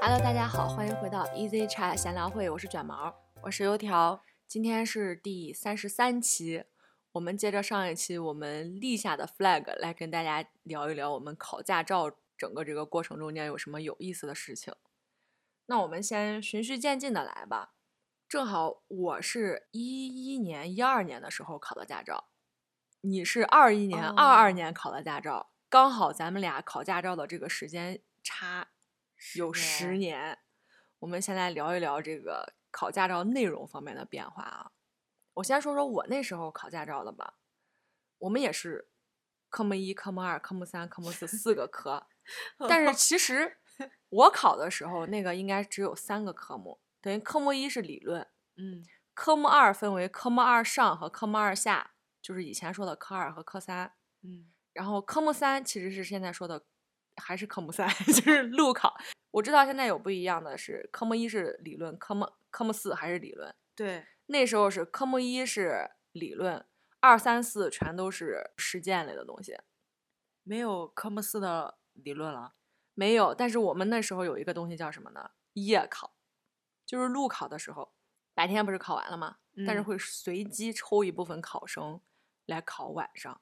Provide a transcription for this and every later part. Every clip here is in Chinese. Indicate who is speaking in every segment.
Speaker 1: Hello，大家好，欢迎回到 Easy Chat 闲聊会，我是卷毛，
Speaker 2: 我是油条。
Speaker 1: 今天是第三十三期，我们接着上一期我们立下的 flag 来跟大家聊一聊我们考驾照整个这个过程中间有什么有意思的事情。那我们先循序渐进的来吧。正好我是一一年、一二年的时候考的驾照，你是二一年、二二
Speaker 2: 哦
Speaker 1: 年考的驾照，刚好咱们俩考驾照的这个时间差有十
Speaker 2: 年
Speaker 1: 年。我们先来聊一聊这个考驾照内容方面的变化啊。我先说说我那时候考驾照的吧。我们也是科目一、科目二、科目三、科目四四个科，但是其实我考的时候，那个应该只有三个科目，等于科目一是理论，
Speaker 2: 嗯
Speaker 1: 科目二分为科目二上和科目二下，就是以前说的科二和科三。
Speaker 2: 嗯
Speaker 1: 然后科目三其实是现在说的还是科目三， 就是路考。我知道现在有不一样的是，科目一是理论，科目科目四还是理论。
Speaker 2: 对
Speaker 1: 那时候是科目一是理论，二三四全都是实践类的东西。
Speaker 2: 没有科目四的理论了。
Speaker 1: 没有，但是我们那时候有一个东西叫什么呢？夜考，就是路考的时候，白天不是考完了吗？但是
Speaker 2: 嗯
Speaker 1: 会随机抽一部分考生来考晚上，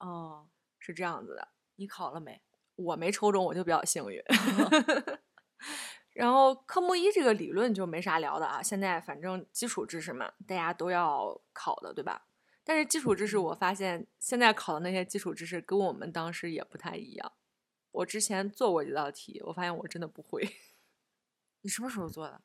Speaker 2: 哦，
Speaker 1: 是这样子的。
Speaker 2: 你考了没？
Speaker 1: 我没抽中，我就比较幸运。
Speaker 2: 嗯
Speaker 1: 然后科目一这个理论就没啥聊的啊，现在反正基础知识嘛，大家都要考的，对吧？但是基础知识
Speaker 2: 嗯
Speaker 1: 我发现现在考的那些基础知识跟我们当时也不太一样。我之前做过几道题，我发现我真的不会。
Speaker 2: 你什么时候做的？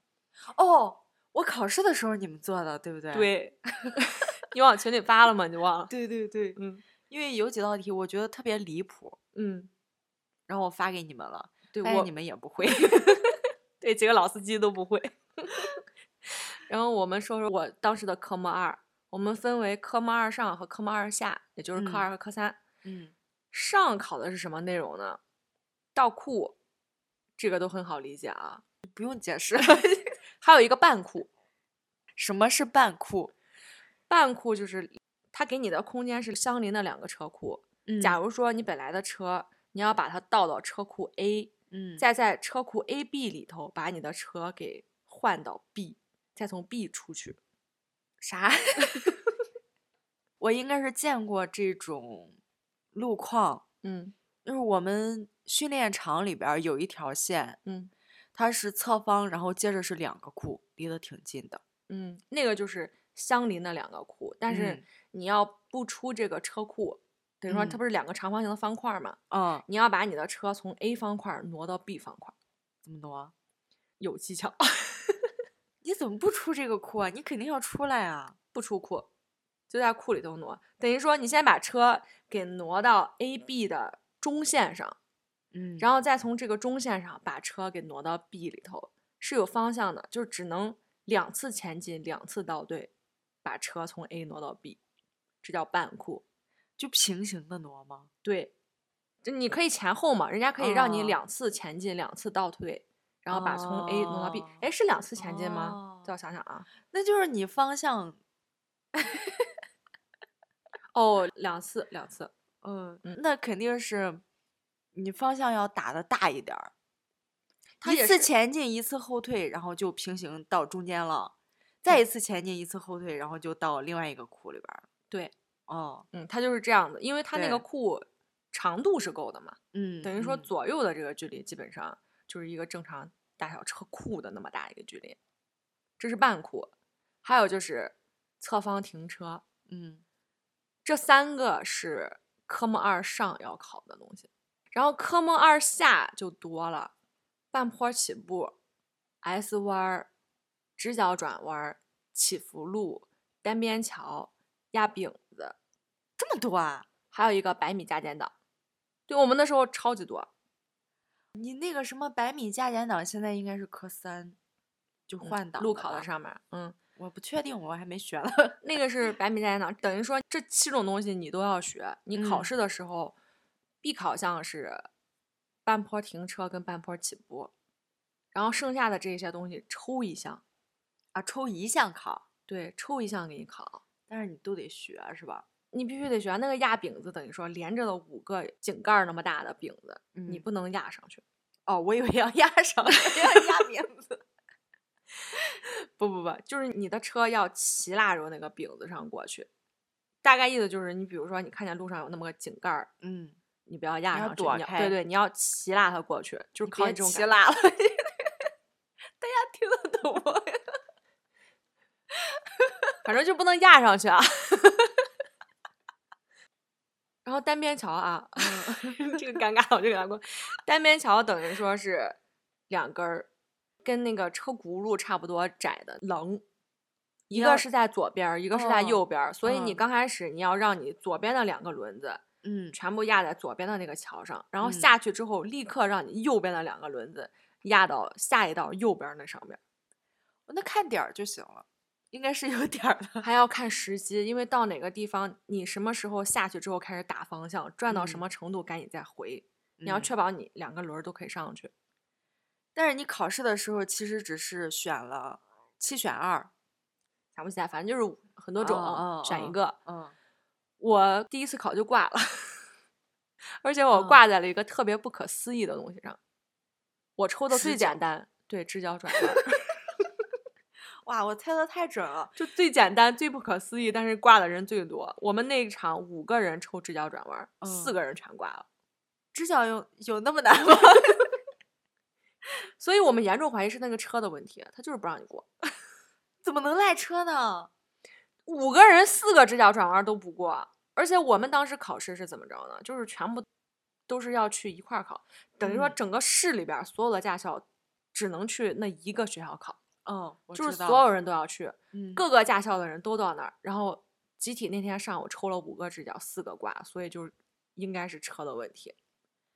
Speaker 2: 哦，我考试的时候你们做的，对不对？
Speaker 1: 对， 你往群里发了吗？你忘了？
Speaker 2: 对对对
Speaker 1: 嗯
Speaker 2: 因为有几道题我觉得特别离谱，
Speaker 1: 嗯，
Speaker 2: 然后我发给你们了，
Speaker 1: 对
Speaker 2: 发现
Speaker 1: 我
Speaker 2: 你们也不会。
Speaker 1: 对，几个老司机都不会。 然后我们说说我当时的科目二，我们分为科目二上和科目二下，也就是科
Speaker 2: 嗯
Speaker 1: 二和科三。
Speaker 2: 嗯
Speaker 1: 上考的是什么内容呢？倒库，这个都很好理解啊。
Speaker 2: 不用解释
Speaker 1: 还有一个半库，
Speaker 2: 什么是半库。
Speaker 1: 半库就是它给你的空间是相邻的两个车库。
Speaker 2: 嗯
Speaker 1: 假如说你本来的车，你要把它倒到车库 A，
Speaker 2: 嗯
Speaker 1: 再在车库 A、B 里头把你的车给换到 B，再从 B 出去。
Speaker 2: 啥？我应该是见过这种路况，
Speaker 1: 嗯
Speaker 2: 就是我们训练场里边儿有一条线，
Speaker 1: 嗯。
Speaker 2: 它是侧方，然后接着是两个库，离得挺近的。
Speaker 1: 嗯，那个就是相邻的两个库，但是
Speaker 2: 嗯
Speaker 1: 你要不出这个车库，等于说它
Speaker 2: 嗯
Speaker 1: 不是两个长方形的方块儿嘛？
Speaker 2: 嗯，
Speaker 1: 你要把你的车从 A 方块儿挪到 B 方块儿，
Speaker 2: 怎么挪？
Speaker 1: 有技巧，
Speaker 2: 你怎么不出这个库啊？你肯定要出来啊！
Speaker 1: 不出库，就在库里头挪。等于说你先把车给挪到 A、B 的中线上，
Speaker 2: 嗯然
Speaker 1: 然
Speaker 2: 后
Speaker 1: 后再从这个中线上把车给挪到 B 里头，是有方向的，就是只能两次前进，两次倒退，把车从 A 挪到 B，这叫半库。
Speaker 2: 就平行的挪吗？
Speaker 1: 对，就你可以前后嘛，人家可以让你
Speaker 2: 哦
Speaker 1: 两次前进，两次倒退，然后把从 A 挪到 B。哎，
Speaker 2: 哦
Speaker 1: 是两次前进吗？再
Speaker 2: 哦
Speaker 1: 我想想啊，
Speaker 2: 那就是你方向，
Speaker 1: 哦，两次，两次，
Speaker 2: 嗯
Speaker 1: 嗯
Speaker 2: 那肯定是你方向要打的大一点儿，
Speaker 1: 它
Speaker 2: 一
Speaker 1: 也
Speaker 2: 次
Speaker 1: 是
Speaker 2: 前进一次后退，然后就平行到中间了，再一次前进一次后退，然后就到另外一个库里边儿了。
Speaker 1: 对，
Speaker 2: 哦，
Speaker 1: 嗯，它就是这样的，因为它那个
Speaker 2: 对
Speaker 1: 库长度是够的嘛，
Speaker 2: 嗯，
Speaker 1: 等于说
Speaker 2: 嗯
Speaker 1: 左右的这个距离基本上就是一个正常大小车库的那么大一个距离，这是半库，还有就是侧方停车，
Speaker 2: 嗯
Speaker 1: 这三个是科目二上要考的东西，然后科目二下就多了，半坡起步、S 弯儿、直角转弯儿、起伏路、单边桥、压饼子，
Speaker 2: 这么多啊？
Speaker 1: 还有一个百米加减档。对我们那时候超级多，
Speaker 2: 你那个什么百米加减档现在应该是科三，就
Speaker 1: 嗯
Speaker 2: 换档
Speaker 1: 路
Speaker 2: 了
Speaker 1: 考的
Speaker 2: 吧，
Speaker 1: 上面儿，嗯，
Speaker 2: 我不确定，我还没学呢。
Speaker 1: 那个是百米加减档，等于说这七种东西你都要学。你考
Speaker 2: 嗯
Speaker 1: 试的时候，必考项是半坡停车跟半坡起步，然后剩下的这些东西抽一项，
Speaker 2: 啊，抽一项考，
Speaker 1: 对，抽一项给你考，
Speaker 2: 但是你都得学啊是吧？
Speaker 1: 你必须得学。那个压饼子等于说连着的五个井盖儿那么大的饼子，你
Speaker 2: 嗯
Speaker 1: 不能压上去，
Speaker 2: 哦，我以为要压上，我以为要 压名字。
Speaker 1: 不不不，就是你的车要骑腊肉那个饼子上过去。大概意思就是，你比如说你看见路上有那么个井盖儿，
Speaker 2: 嗯，
Speaker 1: 你不要压
Speaker 2: 你要
Speaker 1: 上去，
Speaker 2: 躲
Speaker 1: 你要
Speaker 2: 开
Speaker 1: 对对，你要骑拉它过去，就是靠
Speaker 2: 别
Speaker 1: 你这种
Speaker 2: 骑
Speaker 1: 感
Speaker 2: 辣了，大家听得懂吗？
Speaker 1: 反正就不能压上去啊。然后单边桥啊，
Speaker 2: 嗯
Speaker 1: 这个尴尬我就给他过。单边桥等于说是两根儿，跟那个车轱辘差不多窄的棱，一
Speaker 2: 要
Speaker 1: 个是在左边儿，一个是在
Speaker 2: 嗯
Speaker 1: 右边儿，所以你
Speaker 2: 嗯
Speaker 1: 刚开始你要让你左边的两个轮子
Speaker 2: 嗯，
Speaker 1: 全部压在左边的那个桥上，然后
Speaker 2: 嗯
Speaker 1: 下去之后立刻让你右边的两个轮子压到下一道右边儿那上面。
Speaker 2: 那看点儿就行了，应该是有点儿 的。
Speaker 1: 还要看时机，因为到哪个地方，你什么时候下去之后开始打方向，转到什
Speaker 2: 嗯
Speaker 1: 么程度赶紧再回。你要
Speaker 2: 嗯
Speaker 1: 确保你两个轮儿都可以上去。
Speaker 2: 但是你考试的时候其实只是选了七选二，
Speaker 1: 想不起来，反正就是很多种，
Speaker 2: 哦哦
Speaker 1: 选一
Speaker 2: 哦
Speaker 1: 个。
Speaker 2: 嗯，
Speaker 1: 我第一次考就挂了， 而且
Speaker 2: 哦
Speaker 1: 我挂在了一个特别不可思议的东西上。我抽的
Speaker 2: 直
Speaker 1: 最
Speaker 2: 角
Speaker 1: 简单，对，直角转弯儿，
Speaker 2: 哇，我猜的太准了，
Speaker 1: 就最简单、最不可思议，但是挂的人最多。我们那一场五个人抽直角转弯儿，四
Speaker 2: 嗯
Speaker 1: 个人全挂了。
Speaker 2: 直角有有那么难吗？
Speaker 1: 所以我们严重怀疑是那个车的问题，他就是不让你过。
Speaker 2: 怎么能赖车呢？
Speaker 1: 五个人四个直角转弯都不过，而且我们当时考试是怎么着呢？就是全部都是要去一块儿考，等于说
Speaker 2: 嗯
Speaker 1: 整个市里边儿所有的驾校只能去那一个学校考，
Speaker 2: 嗯，我
Speaker 1: 就是
Speaker 2: 知道
Speaker 1: 所有人都要去，
Speaker 2: 嗯
Speaker 1: 各个驾校的人都到那儿，然后集体那天上午抽了五个直角，四个挂，所以就是应该是车的问题。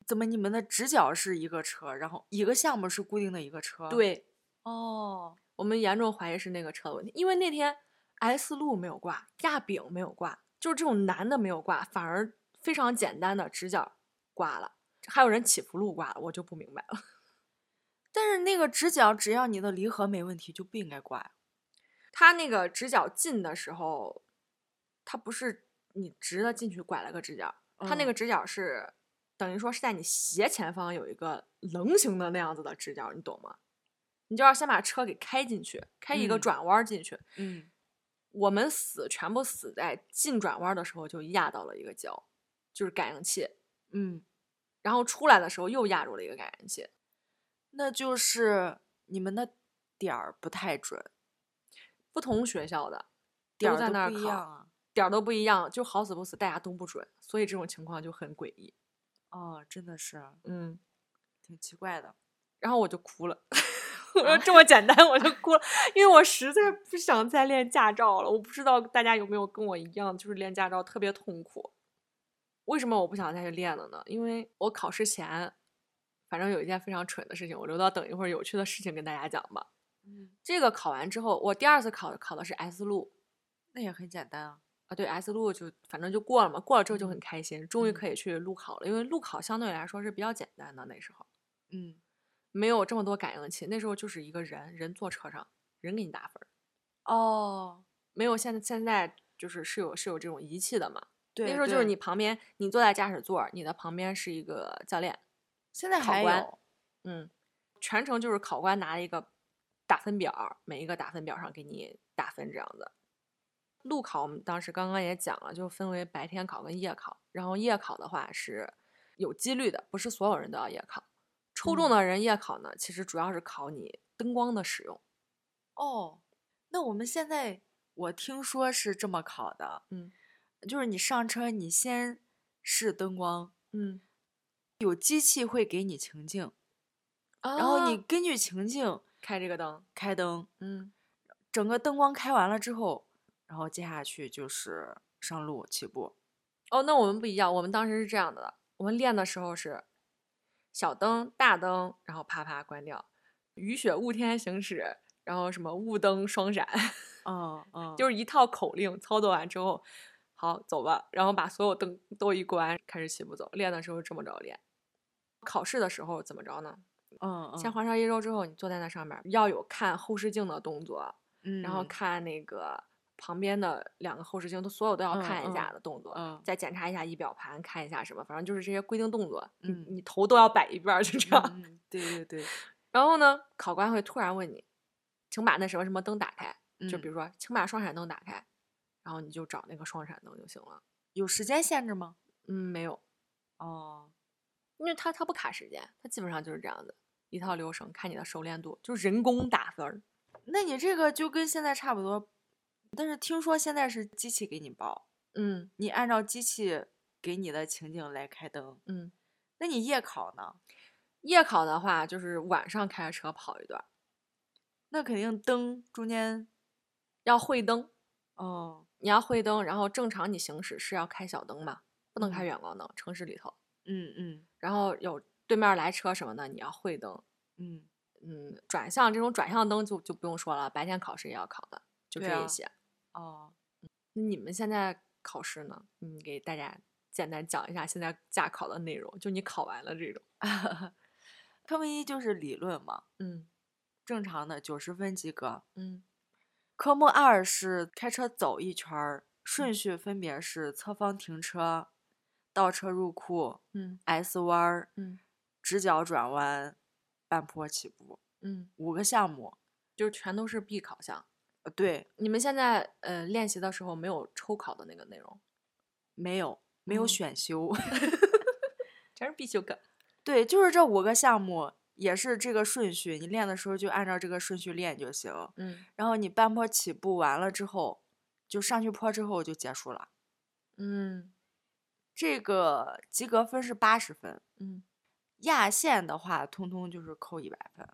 Speaker 2: 怎么你们的直角是一个车，然后一个项目是固定的一个车？，
Speaker 1: 对
Speaker 2: 哦，
Speaker 1: 我们严重怀疑是那个车的问题，因为那天 S 路没有挂，压饼没有挂，就是这种难的没有挂，反而非常简单的直角挂了，还有人起伏路挂了，我就不明白了。
Speaker 2: 但是那个直角只要你的离合没问题，就不应该挂呀。
Speaker 1: 他那个直角进的时候，他不是你直的进去拐了个直角，他那
Speaker 2: 嗯
Speaker 1: 个直角是等于说是在你斜前方有一个棱形的那样子的直角，你懂吗？你就要先把车给开进去，开一个
Speaker 2: 嗯
Speaker 1: 转弯儿进去，
Speaker 2: 嗯，
Speaker 1: 我们死全部死在进转弯儿的时候就压到了一个胶，就是感应器，
Speaker 2: 嗯，
Speaker 1: 然后出来的时候又压住了一个感应器。
Speaker 2: 那就是你们的点儿不太准，
Speaker 1: 不同学校的
Speaker 2: 点
Speaker 1: 都
Speaker 2: 儿
Speaker 1: 在
Speaker 2: 都
Speaker 1: 那儿
Speaker 2: 不一
Speaker 1: 考
Speaker 2: 样啊。
Speaker 1: 点儿都不一样，就好死不死大家都不准，所以这种情况就很诡异。
Speaker 2: 哦，真的是
Speaker 1: 嗯，
Speaker 2: 挺奇怪的。
Speaker 1: 然后我就哭了。 我
Speaker 2: 啊
Speaker 1: 说这么简单我就哭了，因为我实在不想再练驾照了。我不知道大家有没有跟我一样，就是练驾照特别痛苦。为什么我不想再去练了呢？因为我考试前，反正有一件非常蠢的事情，我留到等一会儿有趣的事情跟大家讲吧。
Speaker 2: 嗯，
Speaker 1: 这个考完之后，我第二次考考的是 S 路
Speaker 2: 那也很简单啊。
Speaker 1: 啊，对 S 路就反正就过了嘛，过了之后就很
Speaker 2: 嗯
Speaker 1: 开心，终于可
Speaker 2: 嗯
Speaker 1: 以去路考了，因为路考相对来说是比较简单的那时候。
Speaker 2: 嗯，
Speaker 1: 没有这么多感应器，那时候就是一个人，人坐车上，人给你打分儿，
Speaker 2: 哦，
Speaker 1: 没有现在现在就是是有是有这种仪器的嘛。
Speaker 2: 对，
Speaker 1: 那时候就是
Speaker 2: 对
Speaker 1: 你，旁边，你坐在驾驶座儿，你的旁边是一个教练，
Speaker 2: 现在
Speaker 1: 考
Speaker 2: 还
Speaker 1: 官
Speaker 2: 有，
Speaker 1: 嗯，全程就是考官拿了一个打分表儿，每一个打分表上给你打分这样子。路考我们当时刚刚也讲了，就分为白天考跟夜考，然后夜考的话是有几率的，不是所有人都要夜考。抽中
Speaker 2: 嗯
Speaker 1: 的人夜考呢，其实主要是考你灯光的使用。
Speaker 2: 哦，那我们现在我听说是这么考的，
Speaker 1: 嗯
Speaker 2: 就是你上车，你先试灯光，
Speaker 1: 嗯，
Speaker 2: 有机器会给你情境，
Speaker 1: 然
Speaker 2: 然后
Speaker 1: 后
Speaker 2: 你
Speaker 1: 你
Speaker 2: 根据情境
Speaker 1: 开这个灯，
Speaker 2: 开灯，
Speaker 1: 嗯，
Speaker 2: 整个灯光开完了之后，然后接下去就是上路起步。
Speaker 1: 哦，那我们不一样，我们当时是这样的，我们练的时候是小灯、大灯，然后啪啪关掉，雨雪雾天行驶，然后什么雾灯双闪，
Speaker 2: 嗯嗯，
Speaker 1: 就是一套口令操作完之后，好走吧，然后把所有灯都一关，开始起步走。练的时候这么着练，考试的时候怎么着呢？
Speaker 2: 嗯嗯，
Speaker 1: 先环上一周之后，你坐在那上面儿，要有看后视镜的动作，
Speaker 2: 嗯，
Speaker 1: 然后看那个旁边的两个后视镜都所有都要
Speaker 2: 嗯
Speaker 1: 看一下
Speaker 2: 嗯
Speaker 1: 的动作，
Speaker 2: 嗯
Speaker 1: 再检查一下仪表盘，看一下什么，反正就是这些规定动作，
Speaker 2: 嗯
Speaker 1: 你你头都要摆一遍儿，就这样。
Speaker 2: 嗯，嗯对对对，
Speaker 1: 然后呢，考官会突然问你，请把那什么什么灯打开，就
Speaker 2: 嗯
Speaker 1: 比如说，请把双闪灯打开，然后你就找那个双闪灯就行了。
Speaker 2: 有时间限制吗？
Speaker 1: 嗯，没有，
Speaker 2: 哦，
Speaker 1: 因为它它不卡时间，它基本上就是这样子一套流程，看你的熟练度，就是人工打分儿。
Speaker 2: 那你这个就跟现在差不多，但是听说现在是机器给你报，
Speaker 1: 嗯
Speaker 2: 你按照机器给你的情景来开灯。
Speaker 1: 嗯，
Speaker 2: 那你夜考呢？
Speaker 1: 夜考的话就是晚上开着车跑一段儿，
Speaker 2: 那肯定灯中间
Speaker 1: 要会灯，
Speaker 2: 哦，
Speaker 1: 你要会灯，然后正常你行驶是要开小灯嘛，不能开
Speaker 2: 嗯
Speaker 1: 远光灯，城市里头。
Speaker 2: 嗯嗯
Speaker 1: 然后有对面儿来车什么的，你要会灯。
Speaker 2: 嗯，
Speaker 1: 嗯，转向这种转向灯就就不用说了，白天考试也要考的，就这
Speaker 2: 对
Speaker 1: 一
Speaker 2: 啊
Speaker 1: 些。
Speaker 2: 哦，
Speaker 1: 那你们现在考试呢？你给大家简单讲一下现在驾考的内容，就你考完了这种。
Speaker 2: 科目一就是理论嘛，
Speaker 1: 嗯
Speaker 2: 正常的九十分及格。
Speaker 1: 嗯
Speaker 2: 科目二是开车走一圈儿，
Speaker 1: 嗯
Speaker 2: 顺序分别是侧方停车、倒车入库、
Speaker 1: 嗯
Speaker 2: S 弯儿、
Speaker 1: 嗯
Speaker 2: 直角转弯、半坡起步，
Speaker 1: 嗯，
Speaker 2: 五个项目。
Speaker 1: 就是全都是必考项。
Speaker 2: 呃对，
Speaker 1: 你们现在呃练习的时候没有抽考的那个内容，
Speaker 2: 没有没有
Speaker 1: 嗯
Speaker 2: 选修，
Speaker 1: 全是必修课。
Speaker 2: 对，就是这五个项目。也是这个顺序，你练的时候就按照这个顺序练就行。
Speaker 1: 嗯
Speaker 2: 然后你半坡起步完了之后，就上去坡之后就结束了。
Speaker 1: 嗯
Speaker 2: 这个及格分是八十分，
Speaker 1: 嗯，
Speaker 2: 压线的话，通通就是扣一百分。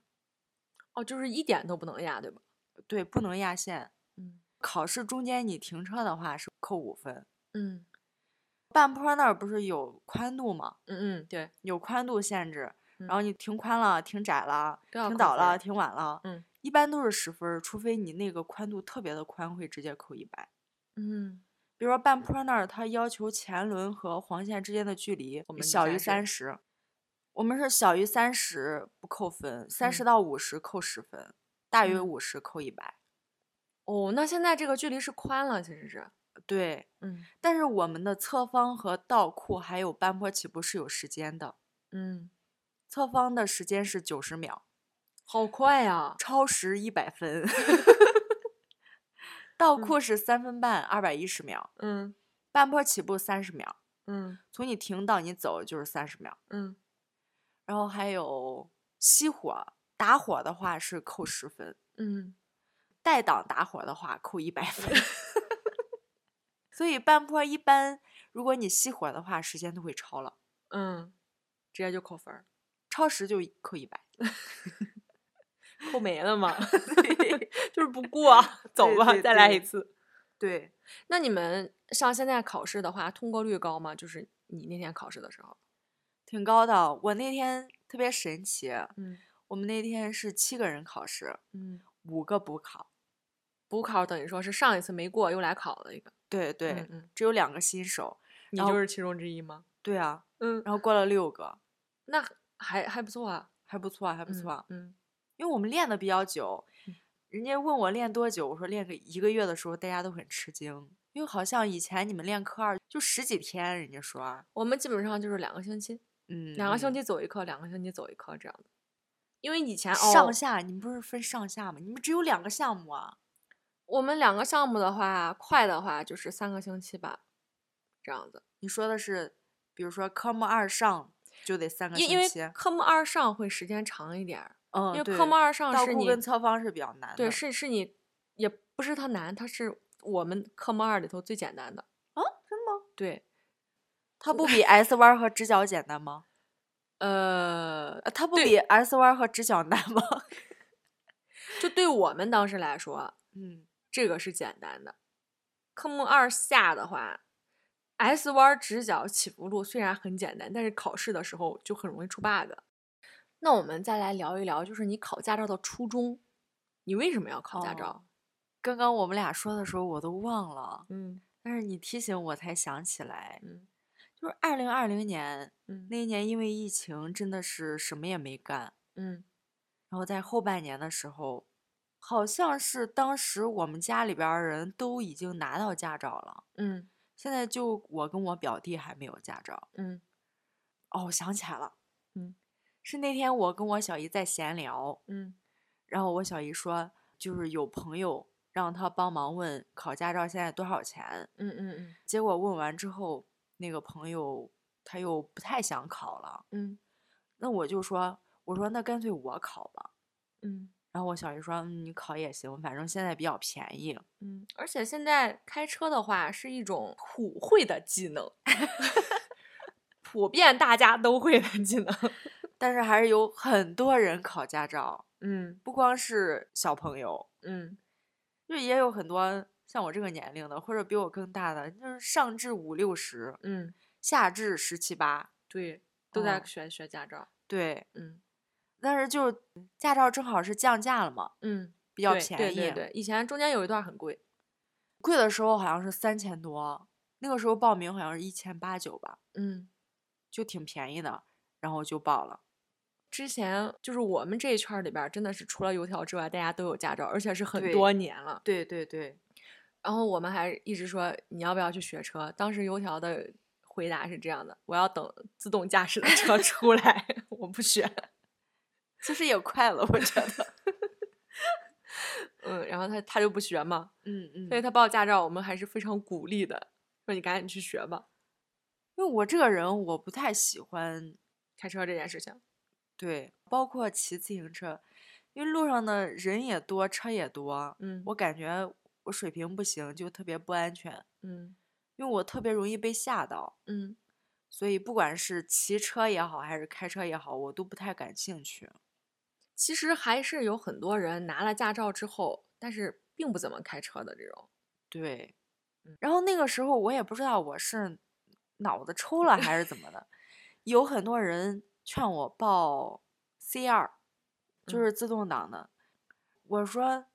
Speaker 1: 哦，就是一点都不能压，对吧？
Speaker 2: 对，不能压线。
Speaker 1: 嗯
Speaker 2: 考试中间你停车的话是扣五分。
Speaker 1: 嗯
Speaker 2: 半坡那儿不是有宽度吗？
Speaker 1: 嗯嗯，对，
Speaker 2: 有宽度限制，然后
Speaker 1: 嗯
Speaker 2: 你停宽了、停窄了、
Speaker 1: 都要
Speaker 2: 停
Speaker 1: 扣
Speaker 2: 倒
Speaker 1: 分
Speaker 2: 了、
Speaker 1: 儿
Speaker 2: 停晚了，
Speaker 1: 嗯
Speaker 2: 一般都是十分儿，除非你那个宽度特别的宽，会直接扣一百。
Speaker 1: 嗯
Speaker 2: 比如说半坡那儿，它要求前轮和黄线之间的距离
Speaker 1: 我们以
Speaker 2: 小
Speaker 1: 下
Speaker 2: 于
Speaker 1: 是
Speaker 2: 三十，我们是小于三十不扣分，三十
Speaker 1: 嗯
Speaker 2: 到五十扣十分，大于
Speaker 1: 嗯
Speaker 2: 五十扣一百。
Speaker 1: 哦，那现在这个距离是宽了，其实是
Speaker 2: 对，
Speaker 1: 嗯
Speaker 2: 但是我们的侧方和倒库还有半坡起步是有时间的，
Speaker 1: 嗯，
Speaker 2: 侧方的时间是九十秒，
Speaker 1: 好快呀、
Speaker 2: 超时一百分； 倒库是三分半，二百一十秒；
Speaker 1: 嗯
Speaker 2: 半坡起步三十秒，
Speaker 1: 嗯
Speaker 2: 从你停到你走就是三十秒。
Speaker 1: 嗯
Speaker 2: 然后还有熄火打火的话是扣十分，
Speaker 1: 嗯
Speaker 2: 带档打火的话扣一百分。 所以半坡一般，如果你熄火的话，时间都会超了，
Speaker 1: 嗯，直接就扣分儿，
Speaker 2: 超时就扣一百。
Speaker 1: 扣没了嘛， 就是不 过，走
Speaker 2: 对
Speaker 1: 吧，
Speaker 2: 对
Speaker 1: 再来
Speaker 2: 对
Speaker 1: 一次。
Speaker 2: 对，
Speaker 1: 那你们像现在考试的话，通过率高吗？就是你那天考试的时候，
Speaker 2: 挺高的。我那天特别神奇，
Speaker 1: 嗯
Speaker 2: 我们那天是七个人考试，
Speaker 1: 嗯，
Speaker 2: 五个补考。
Speaker 1: 补考等于说是上一次没过又来考了一个，
Speaker 2: 对对，
Speaker 1: 嗯嗯
Speaker 2: 只有两个新手。
Speaker 1: 你
Speaker 2: 然后
Speaker 1: 就是其中之一吗？
Speaker 2: 对啊，
Speaker 1: 嗯，
Speaker 2: 然后过了六个，
Speaker 1: 那还还不错啊，
Speaker 2: 还不错啊，还
Speaker 1: 还
Speaker 2: 不错啊。
Speaker 1: 嗯
Speaker 2: 因为我们练的比较久
Speaker 1: 嗯，
Speaker 2: 人家问我练多久，我说练个一个月的时候，大家都很吃惊，因为好像以前你们练科二就十几天，人家说，啊
Speaker 1: 我们基本上就是两个星期，
Speaker 2: 嗯，
Speaker 1: 两个星
Speaker 2: 嗯
Speaker 1: 期走一课，两个星期走一课这样的。因为以前哦，
Speaker 2: 上下，你们不是分上下吗？你们只有两个项目啊。
Speaker 1: 我们两个项目的话，快的话就是三个星期吧，这样子。
Speaker 2: 你说的是，比如说科目二上就得三个
Speaker 1: 因
Speaker 2: 星期，
Speaker 1: 因为科目二上会时间长一点儿，因
Speaker 2: 嗯，
Speaker 1: 为
Speaker 2: 对
Speaker 1: 科目二上
Speaker 2: 倒
Speaker 1: 是
Speaker 2: 库
Speaker 1: 你
Speaker 2: 跟侧方是比较难的。
Speaker 1: 对是是你也不是它难，它是我们科目二里头最简单的。
Speaker 2: 啊，真的吗？
Speaker 1: 对，
Speaker 2: 它不 比 S 弯儿和直角简单吗？
Speaker 1: 呃，
Speaker 2: 呃它不
Speaker 1: 对
Speaker 2: 比 S 弯儿和直角难吗？
Speaker 1: 就对我们当时来说，啊
Speaker 2: 嗯，
Speaker 1: 这个是简单的。科目二下的话，S 弯儿直角起伏路虽然很简单，但是考试的时候就很容易出 bug。那我们再来聊一聊，就是你考驾照的初衷，你为什么要考驾照？
Speaker 2: 哦刚刚我们俩说的时候我都忘了，
Speaker 1: 嗯
Speaker 2: 但是你提醒我才想起来，
Speaker 1: 嗯
Speaker 2: 就是二零二零年
Speaker 1: 嗯
Speaker 2: 那一年，因为疫情真的是什么也没干，
Speaker 1: 嗯
Speaker 2: 然后在后半年的时候，好像是当时我们家里边儿人都已经拿到驾照了，
Speaker 1: 嗯
Speaker 2: 现在就我跟我表弟还没有驾照。
Speaker 1: 嗯
Speaker 2: 哦，我想起来了，
Speaker 1: 嗯，
Speaker 2: 是那天我跟我小姨在闲聊，
Speaker 1: 嗯
Speaker 2: 然后我小姨说，就是有朋友让她帮忙问考驾照现在多少钱，
Speaker 1: 嗯嗯
Speaker 2: 结果问完之后，那个朋友他又不太想考了，
Speaker 1: 嗯
Speaker 2: 那我就说，我说那干脆我考吧。
Speaker 1: 嗯
Speaker 2: 然后我小姨说，嗯，你考也行，反正现在比较便宜。
Speaker 1: 嗯，而且现在开车的话是一种普惠的技能， 普遍大家都会的技能。
Speaker 2: 但是还是有很多人考驾照，
Speaker 1: 嗯
Speaker 2: 不光是小朋友，
Speaker 1: 嗯
Speaker 2: 就也有很多像我这个年龄的，或者比我更大的，就是上至五六十，
Speaker 1: 嗯，
Speaker 2: 下至十七八。
Speaker 1: 对，都在
Speaker 2: 哦
Speaker 1: 学学驾照。
Speaker 2: 对，
Speaker 1: 嗯
Speaker 2: 但是就是驾照正好是降价了嘛，
Speaker 1: 嗯，
Speaker 2: 比较
Speaker 1: 对
Speaker 2: 便宜。
Speaker 1: 对对对，以前中间有一段很贵。
Speaker 2: 贵的时候好像是三千多，那个时候报名好像是一千八九吧，
Speaker 1: 嗯，
Speaker 2: 就挺便宜的，然后就报了。
Speaker 1: 之前就是我们这一圈儿里边儿，真的是除了油条之外，大家都有驾照，而且是很
Speaker 2: 对
Speaker 1: 多年了。
Speaker 2: 对对对，
Speaker 1: 然后我们还一直说你要不要去学车。当时油条的回答是这样的：我要等自动驾驶的车 出来，我不学。
Speaker 2: 其实也快了，我觉得。
Speaker 1: 嗯，然后他他就不学嘛，
Speaker 2: 嗯嗯，
Speaker 1: 所以
Speaker 2: 因
Speaker 1: 他报驾照，我们还是非常鼓励的，说你赶紧去学吧，
Speaker 2: 为我这个人我不太喜欢
Speaker 1: 开车这件事情。
Speaker 2: 对，包括骑自行车，因为路上的人也多，车也多，
Speaker 1: 嗯，
Speaker 2: 我感觉我水平不行，就特别不安全，
Speaker 1: 嗯
Speaker 2: 因为我特别容易被吓到，
Speaker 1: 嗯
Speaker 2: 所以不管是骑车也好，还是开车也好，我都不太感兴趣。
Speaker 1: 其实还是有很多人拿了驾照之后，但是并不怎么开车的这种。
Speaker 2: 对，
Speaker 1: 嗯
Speaker 2: 然后那个时候我也不知道我是脑子抽了还是怎么 的，有很多人劝我报 C 二，就
Speaker 1: 嗯
Speaker 2: 是自动挡的。我说，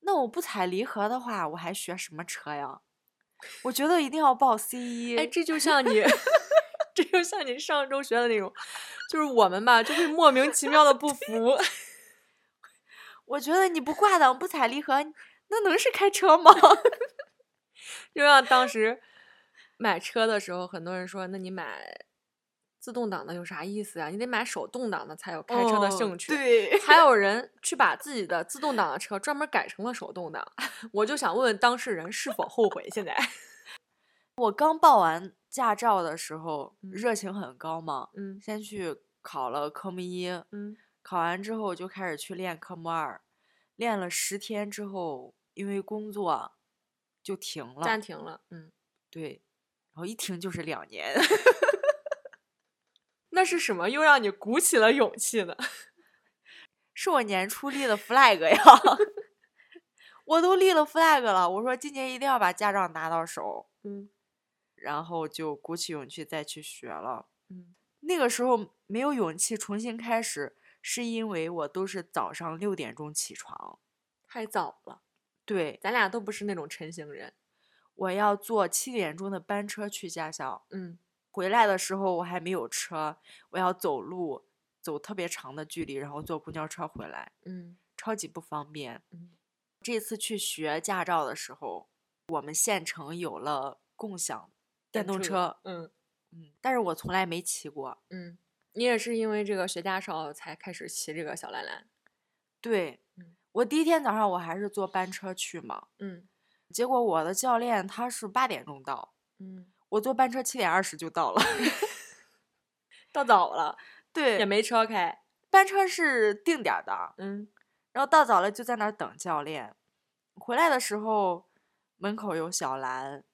Speaker 2: 那我不踩离合的话，我还学什么车呀？我觉得一定要报 C 一。
Speaker 1: 哎，这就像你，这就像你上周学的那种，就是我们吧，就会莫名其妙的不服。
Speaker 2: 我觉得你不挂档不踩离合，那能是开车吗？
Speaker 1: 就像当时买车的时候，很多人说：“那你买自动挡的有啥意思啊？你得买手动挡的才有开车的
Speaker 2: 哦
Speaker 1: 兴趣。
Speaker 2: 对，
Speaker 1: 还有人去把自己的自动挡的车专门改成了手动挡， 我就想问问当事人是否后悔？现在，
Speaker 2: 我刚报完驾照的时候，
Speaker 1: 嗯
Speaker 2: 热情很高嘛，
Speaker 1: 嗯
Speaker 2: 先去考了科目一，
Speaker 1: 嗯
Speaker 2: 考完之后就开始去练科目二，练了十天之后，因为工作就停了。
Speaker 1: 暂停了，嗯，
Speaker 2: 对，然后一停就是两年。
Speaker 1: 那是什么又让你鼓起了勇气呢？
Speaker 2: 是我年初立的 flag 呀， 我都立了 flag 了，我说今年一定要把驾照拿到手，
Speaker 1: 嗯
Speaker 2: 然后就鼓起勇气再去学了。
Speaker 1: 嗯
Speaker 2: 那个时候没有勇气重新开始，是因为我都是早上六点钟起床，
Speaker 1: 太早了，
Speaker 2: 对，
Speaker 1: 咱俩都不是那种成型人，
Speaker 2: 我要坐七点钟的班车去驾校，
Speaker 1: 嗯
Speaker 2: 回来的时候我还没有车，我要走路，走特别长的距离，然后坐公交车回来，
Speaker 1: 嗯
Speaker 2: 超级不方便。
Speaker 1: 嗯
Speaker 2: 这次去学驾照的时候，我们县城有了共享电动车，
Speaker 1: 嗯
Speaker 2: 嗯，但是我从来没骑过。
Speaker 1: 嗯，你也是因为这个学驾照才开始骑这个小蓝蓝，
Speaker 2: 对
Speaker 1: 嗯，
Speaker 2: 我第一天早上我还是坐班车去嘛，
Speaker 1: 嗯。
Speaker 2: 结果我的教练他是八点钟到，
Speaker 1: 嗯，
Speaker 2: 我坐班车七点二十就 到了。
Speaker 1: 到早了
Speaker 2: 对，
Speaker 1: 也没车开。
Speaker 2: 班车是定点儿的，
Speaker 1: 嗯
Speaker 2: 然后到早了就在那儿等教练。回来的时候，门口有小蓝，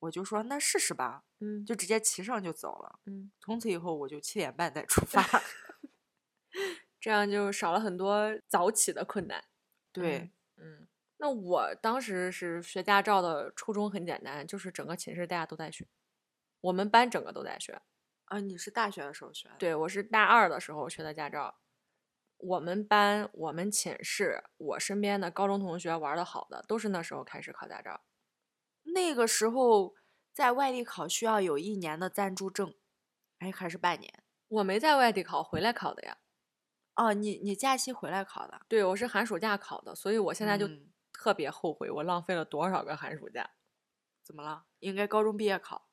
Speaker 2: 我就说那试试吧，
Speaker 1: 嗯
Speaker 2: 就直接骑上就走了。
Speaker 1: 嗯，
Speaker 2: 从此以后我就七点半再出发。
Speaker 1: 这样就少了很多早起的困难。
Speaker 2: 对，
Speaker 1: 嗯，那我当时是学驾照的初衷很简单，就是整个寝室大家都在学，我们班整个都在学。
Speaker 2: 啊，你是大学的时候学的？，
Speaker 1: 对我是大二的时候学的驾照。我们班、我们寝室、我身边的高中同学玩的好的，都是那时候开始考驾照。
Speaker 2: 那个时候在外地考需要有一年的暂住证，哎，还是半年？
Speaker 1: 我没在外地考，回来考的呀。
Speaker 2: 哦，你你假期回来考的，
Speaker 1: 对我是寒暑假考的，所以我现在就
Speaker 2: 嗯
Speaker 1: 特别后悔，我浪费了多少个寒暑假。
Speaker 2: 怎么了？应该高中毕业考，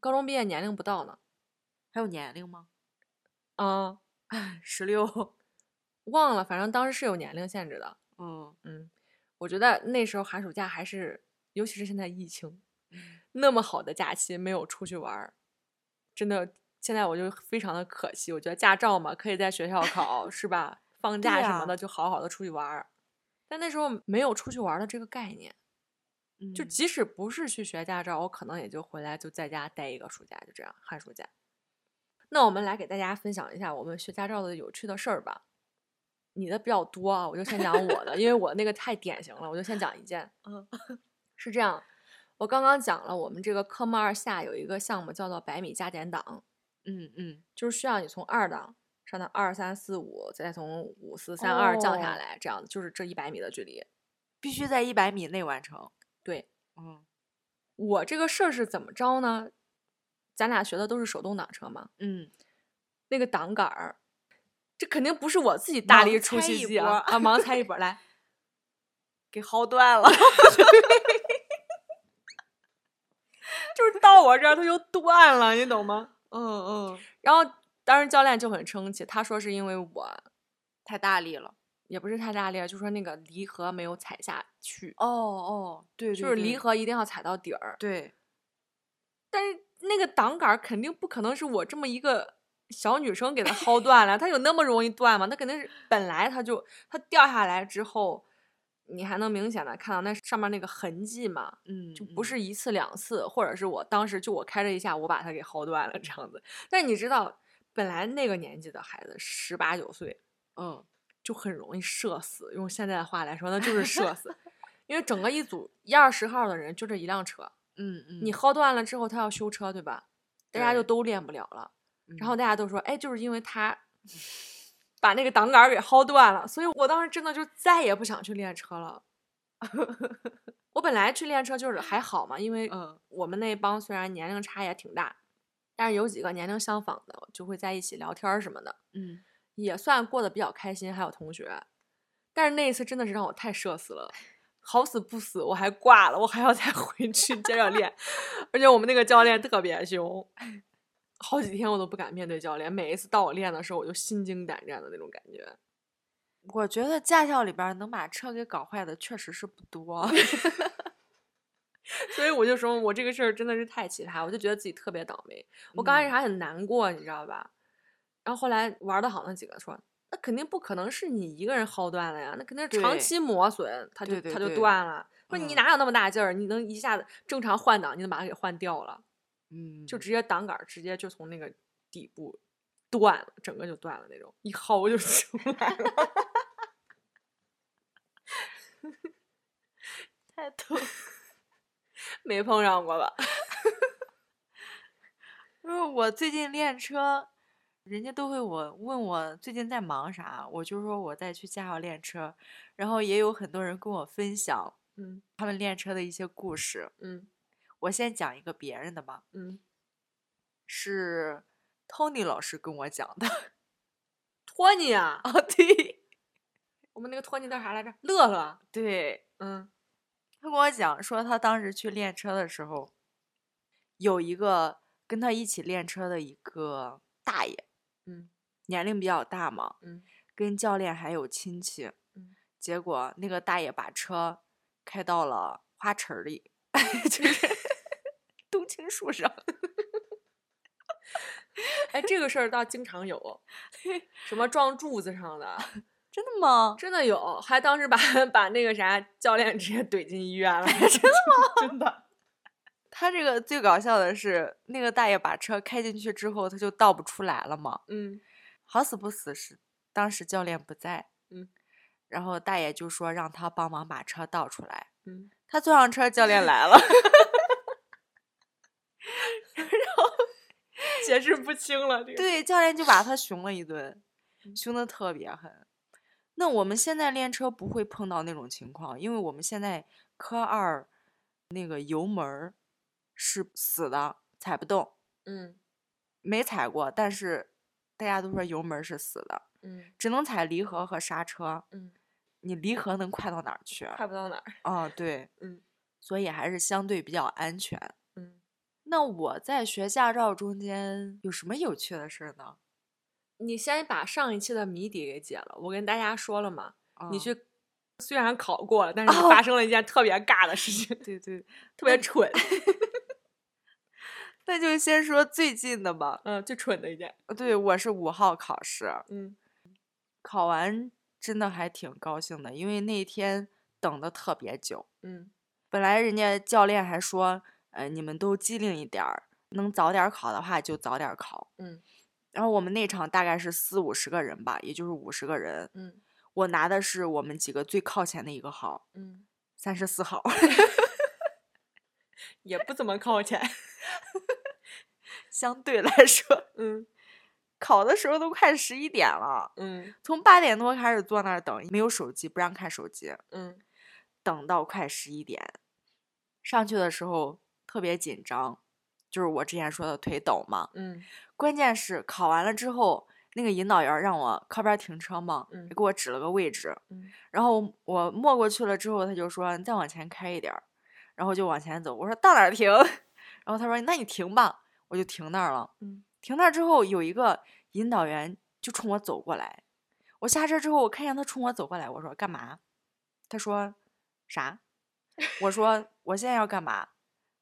Speaker 1: 高中毕业年龄不到呢，
Speaker 2: 还有年龄吗？
Speaker 1: 啊，
Speaker 2: 十六，
Speaker 1: 忘了，反正当时是有年龄限制的。
Speaker 2: 嗯，
Speaker 1: 嗯，我觉得那时候寒暑假还是，尤其是现在疫情，
Speaker 2: 嗯
Speaker 1: 那么好的假期没有出去玩儿，真的，现在我就非常的可惜。我觉得驾照嘛，可以在学校考，是吧？放
Speaker 2: 对
Speaker 1: 假什么
Speaker 2: 呀
Speaker 1: 的，就好好的出去玩儿。但那时候没有出去玩儿的这个概念，就
Speaker 2: 嗯
Speaker 1: 即使不是去学驾照，我可能也就回来就在家待一个暑假，就这样寒暑假。那我们来给大家分享一下我们学驾照的有趣的事儿吧。你的比较多啊，我就先讲我的，因为我那个太典型了，我就先讲一件。
Speaker 2: 嗯，
Speaker 1: 是这样，我刚刚讲了，我们这个科目二下有一个项目叫做百米加减档，
Speaker 2: 嗯嗯，
Speaker 1: 就是需要你从二档上到二三四五，再从五四三二降下
Speaker 2: 哦
Speaker 1: 来，这样子就是这一百米的距离。
Speaker 2: 必须在一百米内完成。
Speaker 1: 对，
Speaker 2: 嗯
Speaker 1: 我这个事儿是怎么着呢？咱俩学的都是手动挡车嘛，
Speaker 2: 嗯，
Speaker 1: 那个挡杆儿，这肯定不是我自己大
Speaker 2: 盲
Speaker 1: 力出
Speaker 2: 猜
Speaker 1: 奇
Speaker 2: 一
Speaker 1: 迹
Speaker 2: 波
Speaker 1: 啊！啊，盲猜一波，来，
Speaker 2: 给薅断了，
Speaker 1: 就是到我这儿它就断了，你懂吗？
Speaker 2: 嗯嗯，
Speaker 1: 然后当时教练就很生气，他说是因为我
Speaker 2: 太大力了。
Speaker 1: 也不是太大力，啊就说那个离合没有踩下去，
Speaker 2: 哦哦，对
Speaker 1: 就是离，合一定要踩到底儿，
Speaker 2: 对
Speaker 1: 但是那个挡杆儿肯定不可能是我这么一个小女生给它薅断了，它有那么容易断吗？它肯定是本来它就它掉下来之后，你还能明显的看到那上面那个痕迹嘛，
Speaker 2: 嗯，
Speaker 1: 就不
Speaker 2: 嗯
Speaker 1: 是一次两次，或者是我当时就我开了一下，我把它给薅断了这样子。但你知道，本来那个年纪的孩子十八九岁
Speaker 2: 嗯
Speaker 1: 就很容易社死，用现在的话来说，那就是社死。因为整个一组一二十号的人就这一辆车，
Speaker 2: 嗯嗯，
Speaker 1: 你薅断了之后，他要修车，对吧？大家就
Speaker 2: 对
Speaker 1: 都练不了了。然后
Speaker 2: 嗯
Speaker 1: 大家都说，哎，就是因为他把那个挡杆儿给薅断了，所以我当时真的就再也不想去练车了。 我本来去练车就是还好嘛，因为
Speaker 2: 嗯
Speaker 1: 我们那帮虽然年龄差也挺大，但是有几个年龄相仿的就会在一起聊天儿什么的，
Speaker 2: 嗯，
Speaker 1: 也算过得比较开心，还有同学。但是那一次真的是让我太社死了，好死不死我还挂了，我还要再 回去接着练，而且我们那个教练特别凶，好几天我都不敢面对教练，每一次到我练的时候我就心惊胆战的那种感觉。
Speaker 2: 我觉得驾校里边儿能把车给搞坏的确实是不 多。
Speaker 1: 所以我就说，我这个事儿真的是太奇葩，我就觉得自己特别倒霉。我刚开始
Speaker 2: 嗯
Speaker 1: 还很难过，你知道吧？然后后来玩的好那几个说，那肯定不可能是你一个人薅断了呀，那肯定是长
Speaker 2: 对
Speaker 1: 期磨损，它就
Speaker 2: 对对
Speaker 1: 它就
Speaker 2: 对
Speaker 1: 断了。说你
Speaker 2: 嗯
Speaker 1: 哪有那么大劲儿？你能一下子正常换挡，你能把它给换掉了？
Speaker 2: 嗯，
Speaker 1: 就直接挡杆儿直接就从那个底部断了，整个就断了那种，一薅就出来了。
Speaker 2: 太逗了。
Speaker 1: 没碰上过吧？
Speaker 2: 因为我最近练车，人家都会我问我最近在忙啥，我就说我在去驾校练车，然后也有很多人跟我分享
Speaker 1: 嗯
Speaker 2: 他们练车的一些故事。
Speaker 1: 嗯
Speaker 2: 我先讲一个别人的吧，
Speaker 1: 嗯，
Speaker 2: 是 Tony 老师跟我讲的。
Speaker 1: 托尼啊，
Speaker 2: 哦，对
Speaker 1: 我们那个托尼叫啥来着？乐乐。
Speaker 2: 对，
Speaker 1: 嗯
Speaker 2: 他跟我讲说，他当时去练车的时候，有一个跟他一起练车的一个大爷，
Speaker 1: 嗯
Speaker 2: 年龄比较大嘛，
Speaker 1: 嗯
Speaker 2: 跟教练还有亲戚，
Speaker 1: 嗯
Speaker 2: 结果那个大爷把车开到了花池儿里， 就是冬青树上，
Speaker 1: 哎，这个事儿倒经常 有，什么撞柱子上的，
Speaker 2: 真的吗？
Speaker 1: 真的有，还当时把把那个啥教练直接怼进医院了，哎真的吗？ 真的，
Speaker 2: 他这个最搞笑的是，那个大爷把车开进去之后，他就倒不出来了嘛。
Speaker 1: 嗯
Speaker 2: 好死不死是当时教练不在，
Speaker 1: 嗯，
Speaker 2: 然后大爷就说让他帮忙把车倒出来。
Speaker 1: 嗯，
Speaker 2: 他坐上车，教练来了，
Speaker 1: 解释不清了，这个，
Speaker 2: 对，教练就把他熊了一顿，熊的特别狠。那我们现在练车不会碰到那种情况，因为我们现在科二那个油门儿是死的，踩不动，
Speaker 1: 嗯
Speaker 2: 没踩过，但是大家都说油门儿是死的。
Speaker 1: 嗯
Speaker 2: 只能踩离合和刹车。
Speaker 1: 嗯，
Speaker 2: 你离合能快到哪儿去？
Speaker 1: 快不到哪儿。
Speaker 2: 啊，对，
Speaker 1: 嗯
Speaker 2: 所以还是相对比较安全。
Speaker 1: 嗯，
Speaker 2: 那我在学驾照中间有什么有趣的事儿呢？
Speaker 1: 你先把上一期的谜底给解了。我跟大家说了嘛，
Speaker 2: 啊
Speaker 1: 你去虽然考过了，但是你发生了一件特别尬的事 情，
Speaker 2: 对对，
Speaker 1: 特别蠢，
Speaker 2: 那就先说最近的吧。
Speaker 1: 嗯，最蠢的一件。
Speaker 2: 呃对，我是五号考试，
Speaker 1: 嗯
Speaker 2: 考完真的还挺高兴的，因为那天等的特别久。
Speaker 1: 嗯
Speaker 2: 本来人家教练还说，呃，你们都机灵一点儿，能早点儿考的话就早点儿考。
Speaker 1: 嗯
Speaker 2: 然后我们那场大概是四五十个人吧，也就是五十个人，
Speaker 1: 嗯
Speaker 2: 我拿的是我们几个最靠前的一个号，
Speaker 1: 嗯，
Speaker 2: 三十四号，
Speaker 1: 也不怎么靠前。
Speaker 2: 相对来说，
Speaker 1: 嗯
Speaker 2: 考的时候都快十一点了，
Speaker 1: 嗯
Speaker 2: 从八点多开始坐那儿等，没有手机，不让看手机，
Speaker 1: 嗯
Speaker 2: 等到快十一点，上去的时候特别紧张，就是我之前说的腿抖嘛。
Speaker 1: 嗯
Speaker 2: 关键是考完了之后，那个引导员儿让我靠边儿停车嘛，
Speaker 1: 嗯
Speaker 2: 给我指了个位置，
Speaker 1: 嗯
Speaker 2: 然后我没过去了之后，他就说你再往前开一点儿，然后就往前走。我说到哪儿停？ 然后他说那你停吧，我就停那儿了。
Speaker 1: 嗯
Speaker 2: 停那儿之后，有一个引导员就冲我走过来。我下车之后，我看见他冲我走过来，我说干嘛？他说啥？我说我现在要干嘛？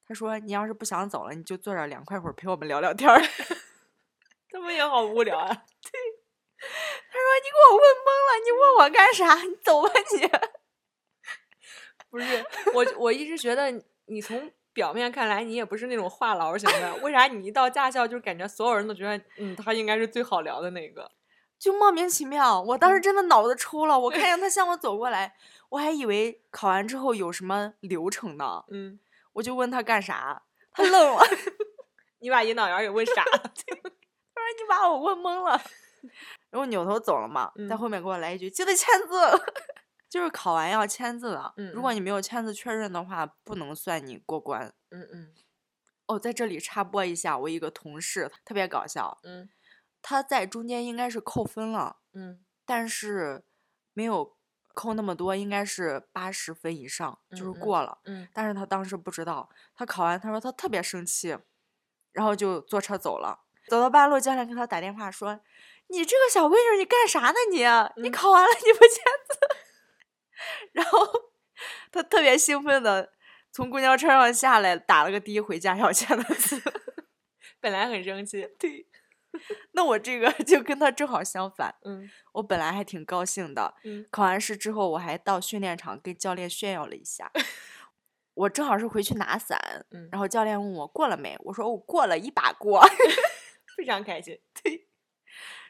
Speaker 2: 他说你要是不想走了，你就坐这儿凉快会儿，陪我们聊聊天儿。
Speaker 1: 他们也好无聊啊。
Speaker 2: 他说你给我问懵了，你问我干啥？你走吧你。
Speaker 1: 不是我，我一直觉得你你从表面看来，你也不是那种话痨型的，为啥你一到驾校就感觉所有人都觉得，嗯，他应该是最好聊的那个？
Speaker 2: 就莫名其妙，我
Speaker 1: 嗯
Speaker 2: 当时真的脑子抽 了。我看见他向我走过来，我还以为考完之后有什么流程呢，
Speaker 1: 嗯，
Speaker 2: 我就问他干啥，他愣 了，他说
Speaker 1: 你把引导员给问傻了。
Speaker 2: 你把我问懵了， 然后扭头走了嘛，在
Speaker 1: 嗯
Speaker 2: 后面给我来一句记得签字， 就是考完要签字的，
Speaker 1: 嗯
Speaker 2: 如果
Speaker 1: 嗯
Speaker 2: 你没有签字确认的话，不能算你过关。
Speaker 1: 嗯嗯
Speaker 2: 哦，在这里插播一下，我一个同事特别搞笑，
Speaker 1: 嗯
Speaker 2: 他在中间应该是扣分了。
Speaker 1: 嗯
Speaker 2: 但是没有扣那么多，应该是八十分以上，就是
Speaker 1: 嗯嗯
Speaker 2: 过了。
Speaker 1: 嗯
Speaker 2: 但是他当时不知道，他考完他说他特别生气，然后就坐车走了。走到半路，教练给他打电话说：“你这个小闺女，你干啥呢你？你
Speaker 1: 嗯
Speaker 2: 考完了你不签字？” 然后他特别兴奋的从公交车上下来，打了个的回家要签的字。
Speaker 1: 本来很生气。
Speaker 2: 对，那我这个就跟他正好相反，
Speaker 1: 嗯
Speaker 2: 我本来还挺高兴的，
Speaker 1: 嗯
Speaker 2: 考完试之后，我还到训练场跟教练炫耀了一下。我正好是回去拿伞，
Speaker 1: 嗯，
Speaker 2: 然后教练问我过了没，我说我过了一把过。
Speaker 1: 非常开心，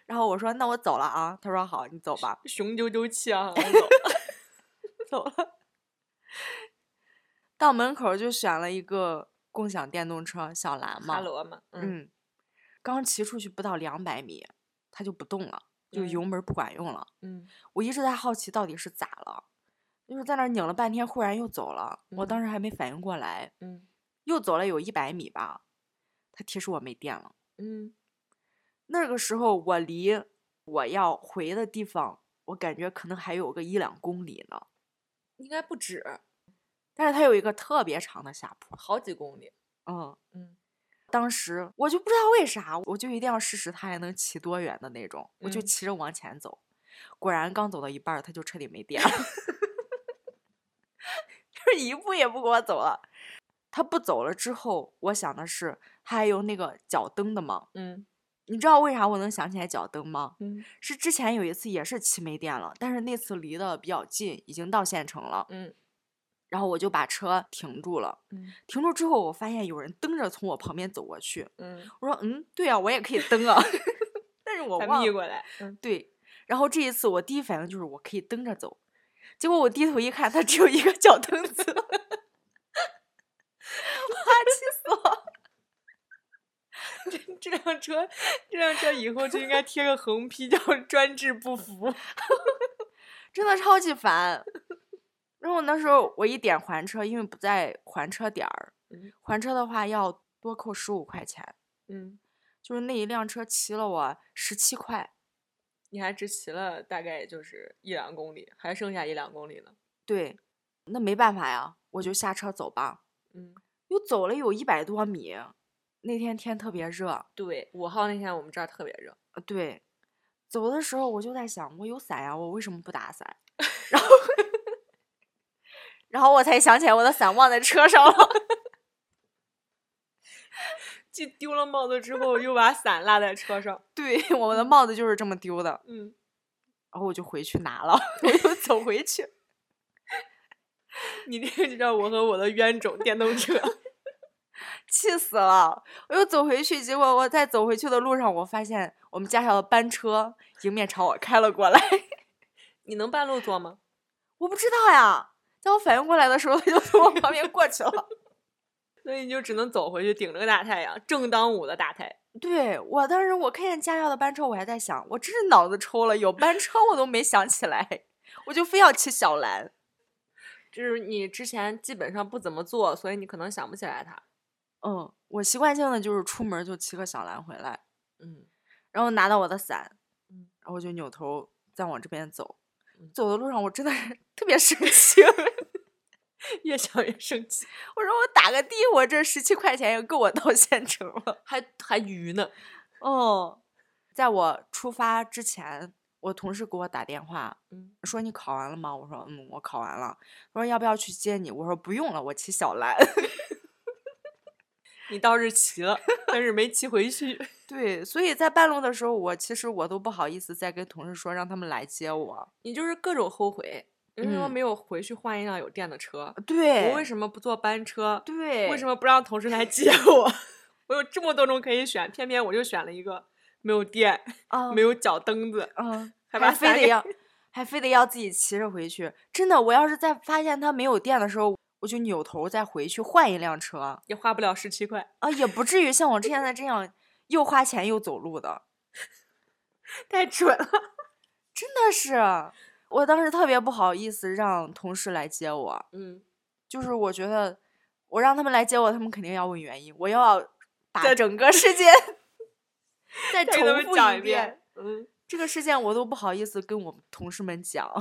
Speaker 2: 然后我说那我走了啊，他说好，你走吧，
Speaker 1: 雄赳赳气昂昂 走。
Speaker 2: 走了。到门口就选了一个共享电动车小蓝嘛
Speaker 1: 哈，罗嘛，嗯
Speaker 2: 嗯，刚骑出去不到两百米，它就不动了，就油门不管用了。
Speaker 1: 嗯
Speaker 2: 我一直在好奇到底是咋了，就是在那儿拧了半天，忽然又走了，我当时还没反应过来。
Speaker 1: 嗯
Speaker 2: 又走了有一百米吧，他提示我没电了。
Speaker 1: 嗯
Speaker 2: 那个时候我离我要回的地方，我感觉可能还有个一两公里呢。
Speaker 1: 应该不止
Speaker 2: 但是它有一个特别长的下坡，
Speaker 1: 好几公里。
Speaker 2: 嗯，
Speaker 1: 嗯
Speaker 2: 当时我就不知道为啥，我就一定要试试它还能骑多远的那种，我就
Speaker 1: 嗯
Speaker 2: 骑着往前走。果然刚走到一半儿，它就彻底没电了， 就是一步也不给我走了。它不走了之后，我想的是，它还有那个脚蹬的嘛，
Speaker 1: 嗯
Speaker 2: 你知道为啥我能想起来脚蹬吗？
Speaker 1: 嗯
Speaker 2: 是之前有一次也是骑没电了，但是那次离得比较近，已经到县城了，
Speaker 1: 嗯
Speaker 2: 然后我就把车停住了。
Speaker 1: 嗯
Speaker 2: 停住之后，我发现有人蹬着从我旁边走过去，
Speaker 1: 嗯，
Speaker 2: 我说：“嗯，对啊，我也可以蹬啊。” 但是我
Speaker 1: 他
Speaker 2: 忘
Speaker 1: 眯
Speaker 2: 了。
Speaker 1: 过来。嗯
Speaker 2: 对，然后这一次我第一反应就是我可以蹬着走，结果我低头一看，他只有一个脚蹬子，哇，气死我了！
Speaker 1: 这辆车，这辆车以后就应该 贴个横批，叫“专治不服
Speaker 2: 真的超级烦。然后那时候我一点还车，因为不在还车点儿
Speaker 1: 嗯，
Speaker 2: 还车的话要多扣十五块钱，”。
Speaker 1: 嗯
Speaker 2: 就是那一辆车骑了我十七块，
Speaker 1: 你还只骑了大概也就是一两公里，还剩下一两公里呢。
Speaker 2: 对，那没办法呀，我就下车走吧。
Speaker 1: 嗯，
Speaker 2: 又走了有一百多米，那天天特别热，
Speaker 1: 对，五号那天我们这儿特别热，
Speaker 2: 呃对，走的时候我就在想，我有伞呀，我为什么不打伞？然后，然后我才想起来我的伞忘在车上了。
Speaker 1: 既丢了帽子之后，又把伞落在车上。
Speaker 2: 对，我的帽子就是这么丢的，
Speaker 1: 嗯，
Speaker 2: 然后我就回去拿了，我又走回去。
Speaker 1: 你这个就叫我和我的冤种电动车。
Speaker 2: 气死了！我又走回去，结果我在走回去的路上，我发现我们驾校的班车迎面朝我开了过来，
Speaker 1: 你能半路坐吗？
Speaker 2: 我不知道呀。当我反应过来的时候，他就从我旁边过去了。
Speaker 1: 所以你就只能走回去，顶着个大太阳，正当午的大太。
Speaker 2: 对我当时我看见驾校的班车，我还在想，我真是脑子抽了，有班车我都没想起来，我就非要骑小蓝。
Speaker 1: 就是你之前基本上不怎么坐，所以你可能想不起来它。
Speaker 2: 嗯，我习惯性的就是出门就骑个小蓝回来，
Speaker 1: 嗯，
Speaker 2: 然后拿到我的伞，
Speaker 1: 嗯
Speaker 2: 然后我就扭头再往这边走
Speaker 1: 嗯。
Speaker 2: 走的路上，我真的是特别 生气，
Speaker 1: 越想越生气，
Speaker 2: 我说我打个的，我这十七块钱也够我到县城了。
Speaker 1: 还还鱼呢。
Speaker 2: 哦，在我出发之前，我同事给我打电话，
Speaker 1: 嗯，
Speaker 2: 说你考完了吗？我说嗯，我考完了。他说要不要去接你？我说不用了，我骑小蓝。
Speaker 1: 你倒是骑了，但是没骑回去。
Speaker 2: 对，所以在半路的时候，我其实我都不好意思再跟同事说让他们来接我。
Speaker 1: 你就是各种后悔，为什么
Speaker 2: 嗯
Speaker 1: 没有回去换一辆有电的车？
Speaker 2: 呃对，
Speaker 1: 我为什么不坐班车？
Speaker 2: 对，
Speaker 1: 为什么不让同事来 接我？我有这么多种可以选，偏偏我就选了一个没有电、
Speaker 2: 啊？
Speaker 1: 没有脚蹬子，
Speaker 2: 嗯，
Speaker 1: 还
Speaker 2: 还
Speaker 1: 把
Speaker 2: 非
Speaker 1: 伞
Speaker 2: 得
Speaker 1: 给
Speaker 2: 要，还非得要自己骑着回去。真的，我要是再发现它没有电的时候，我就扭头再回去换一辆车
Speaker 1: 也花不了十七块，
Speaker 2: 啊，也不至于像我现在这样又花钱又走路的。
Speaker 1: 太蠢了。
Speaker 2: 真的是，我当时特别不好意思让同事来接我，
Speaker 1: 嗯，
Speaker 2: 就是我觉得我让他们来接我，他们肯定要问原因，我 又要把
Speaker 1: 再
Speaker 2: 整个事件
Speaker 1: 再
Speaker 2: 再
Speaker 1: 给他
Speaker 2: 重
Speaker 1: 们
Speaker 2: 复
Speaker 1: 讲一
Speaker 2: 遍
Speaker 1: 遍。。嗯，
Speaker 2: 这个事件我都不好意思跟我们同事们讲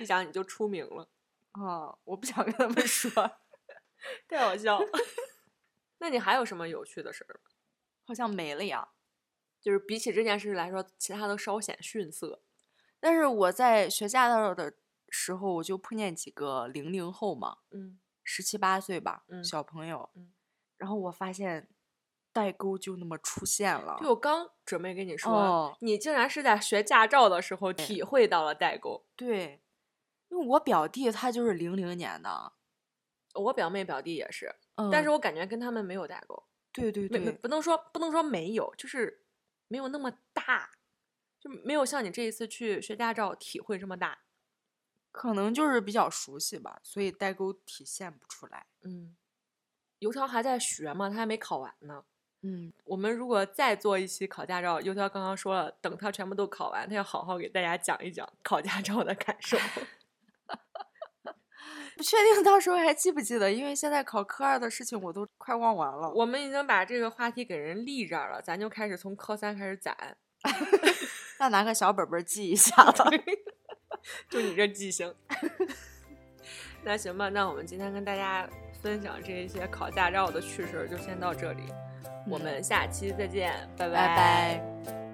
Speaker 1: 一讲你就出名了，
Speaker 2: 啊，我不想跟他们 说，
Speaker 1: 太好笑了。 那你还有什么有趣的事儿吗？
Speaker 2: 好像没了呀。
Speaker 1: 就是比起这件事来说，其他都稍显逊色。
Speaker 2: 但是我在学驾校的时候，我就碰见几个零零后嘛，
Speaker 1: 嗯，
Speaker 2: 十七八岁吧，
Speaker 1: 嗯
Speaker 2: 小朋友，
Speaker 1: 嗯
Speaker 2: 然后我发现代沟就那么出现了，
Speaker 1: 对我刚准备跟你说，
Speaker 2: 哦
Speaker 1: 你竟然是在学驾照的时候体会到了代沟。
Speaker 2: 对，因为我表弟他就是零零年的，
Speaker 1: 我表妹表弟也是，
Speaker 2: 嗯，
Speaker 1: 但是我感觉跟他们没有代沟，
Speaker 2: 对对
Speaker 1: 没没
Speaker 2: 对，
Speaker 1: 不能说不能说没有，就是没有那么大，就没有像你这一次去学驾照体会这么大。
Speaker 2: 可能就是比较熟悉吧，所以代沟体现不出来。
Speaker 1: 嗯，油条还在学嘛，他还没考完呢。
Speaker 2: 嗯，
Speaker 1: 我们如果再做一期考驾照，油条刚刚说了，等他全部都考完，他要好好给大家讲一讲考驾照的感受。
Speaker 2: 不确定到时候还记不记得，因为现在考科二的事情我都快忘完了。
Speaker 1: 我们已经把这个话题给人立这儿了，咱就开始从科三开始攒，
Speaker 2: 那拿个小本本儿记一下吧。
Speaker 1: 就你这记性。 那行吧，那我们今天跟大家分享这一些考驾照的趣事儿就先到这里，我
Speaker 2: 嗯
Speaker 1: 们下期再见，拜
Speaker 2: 拜拜。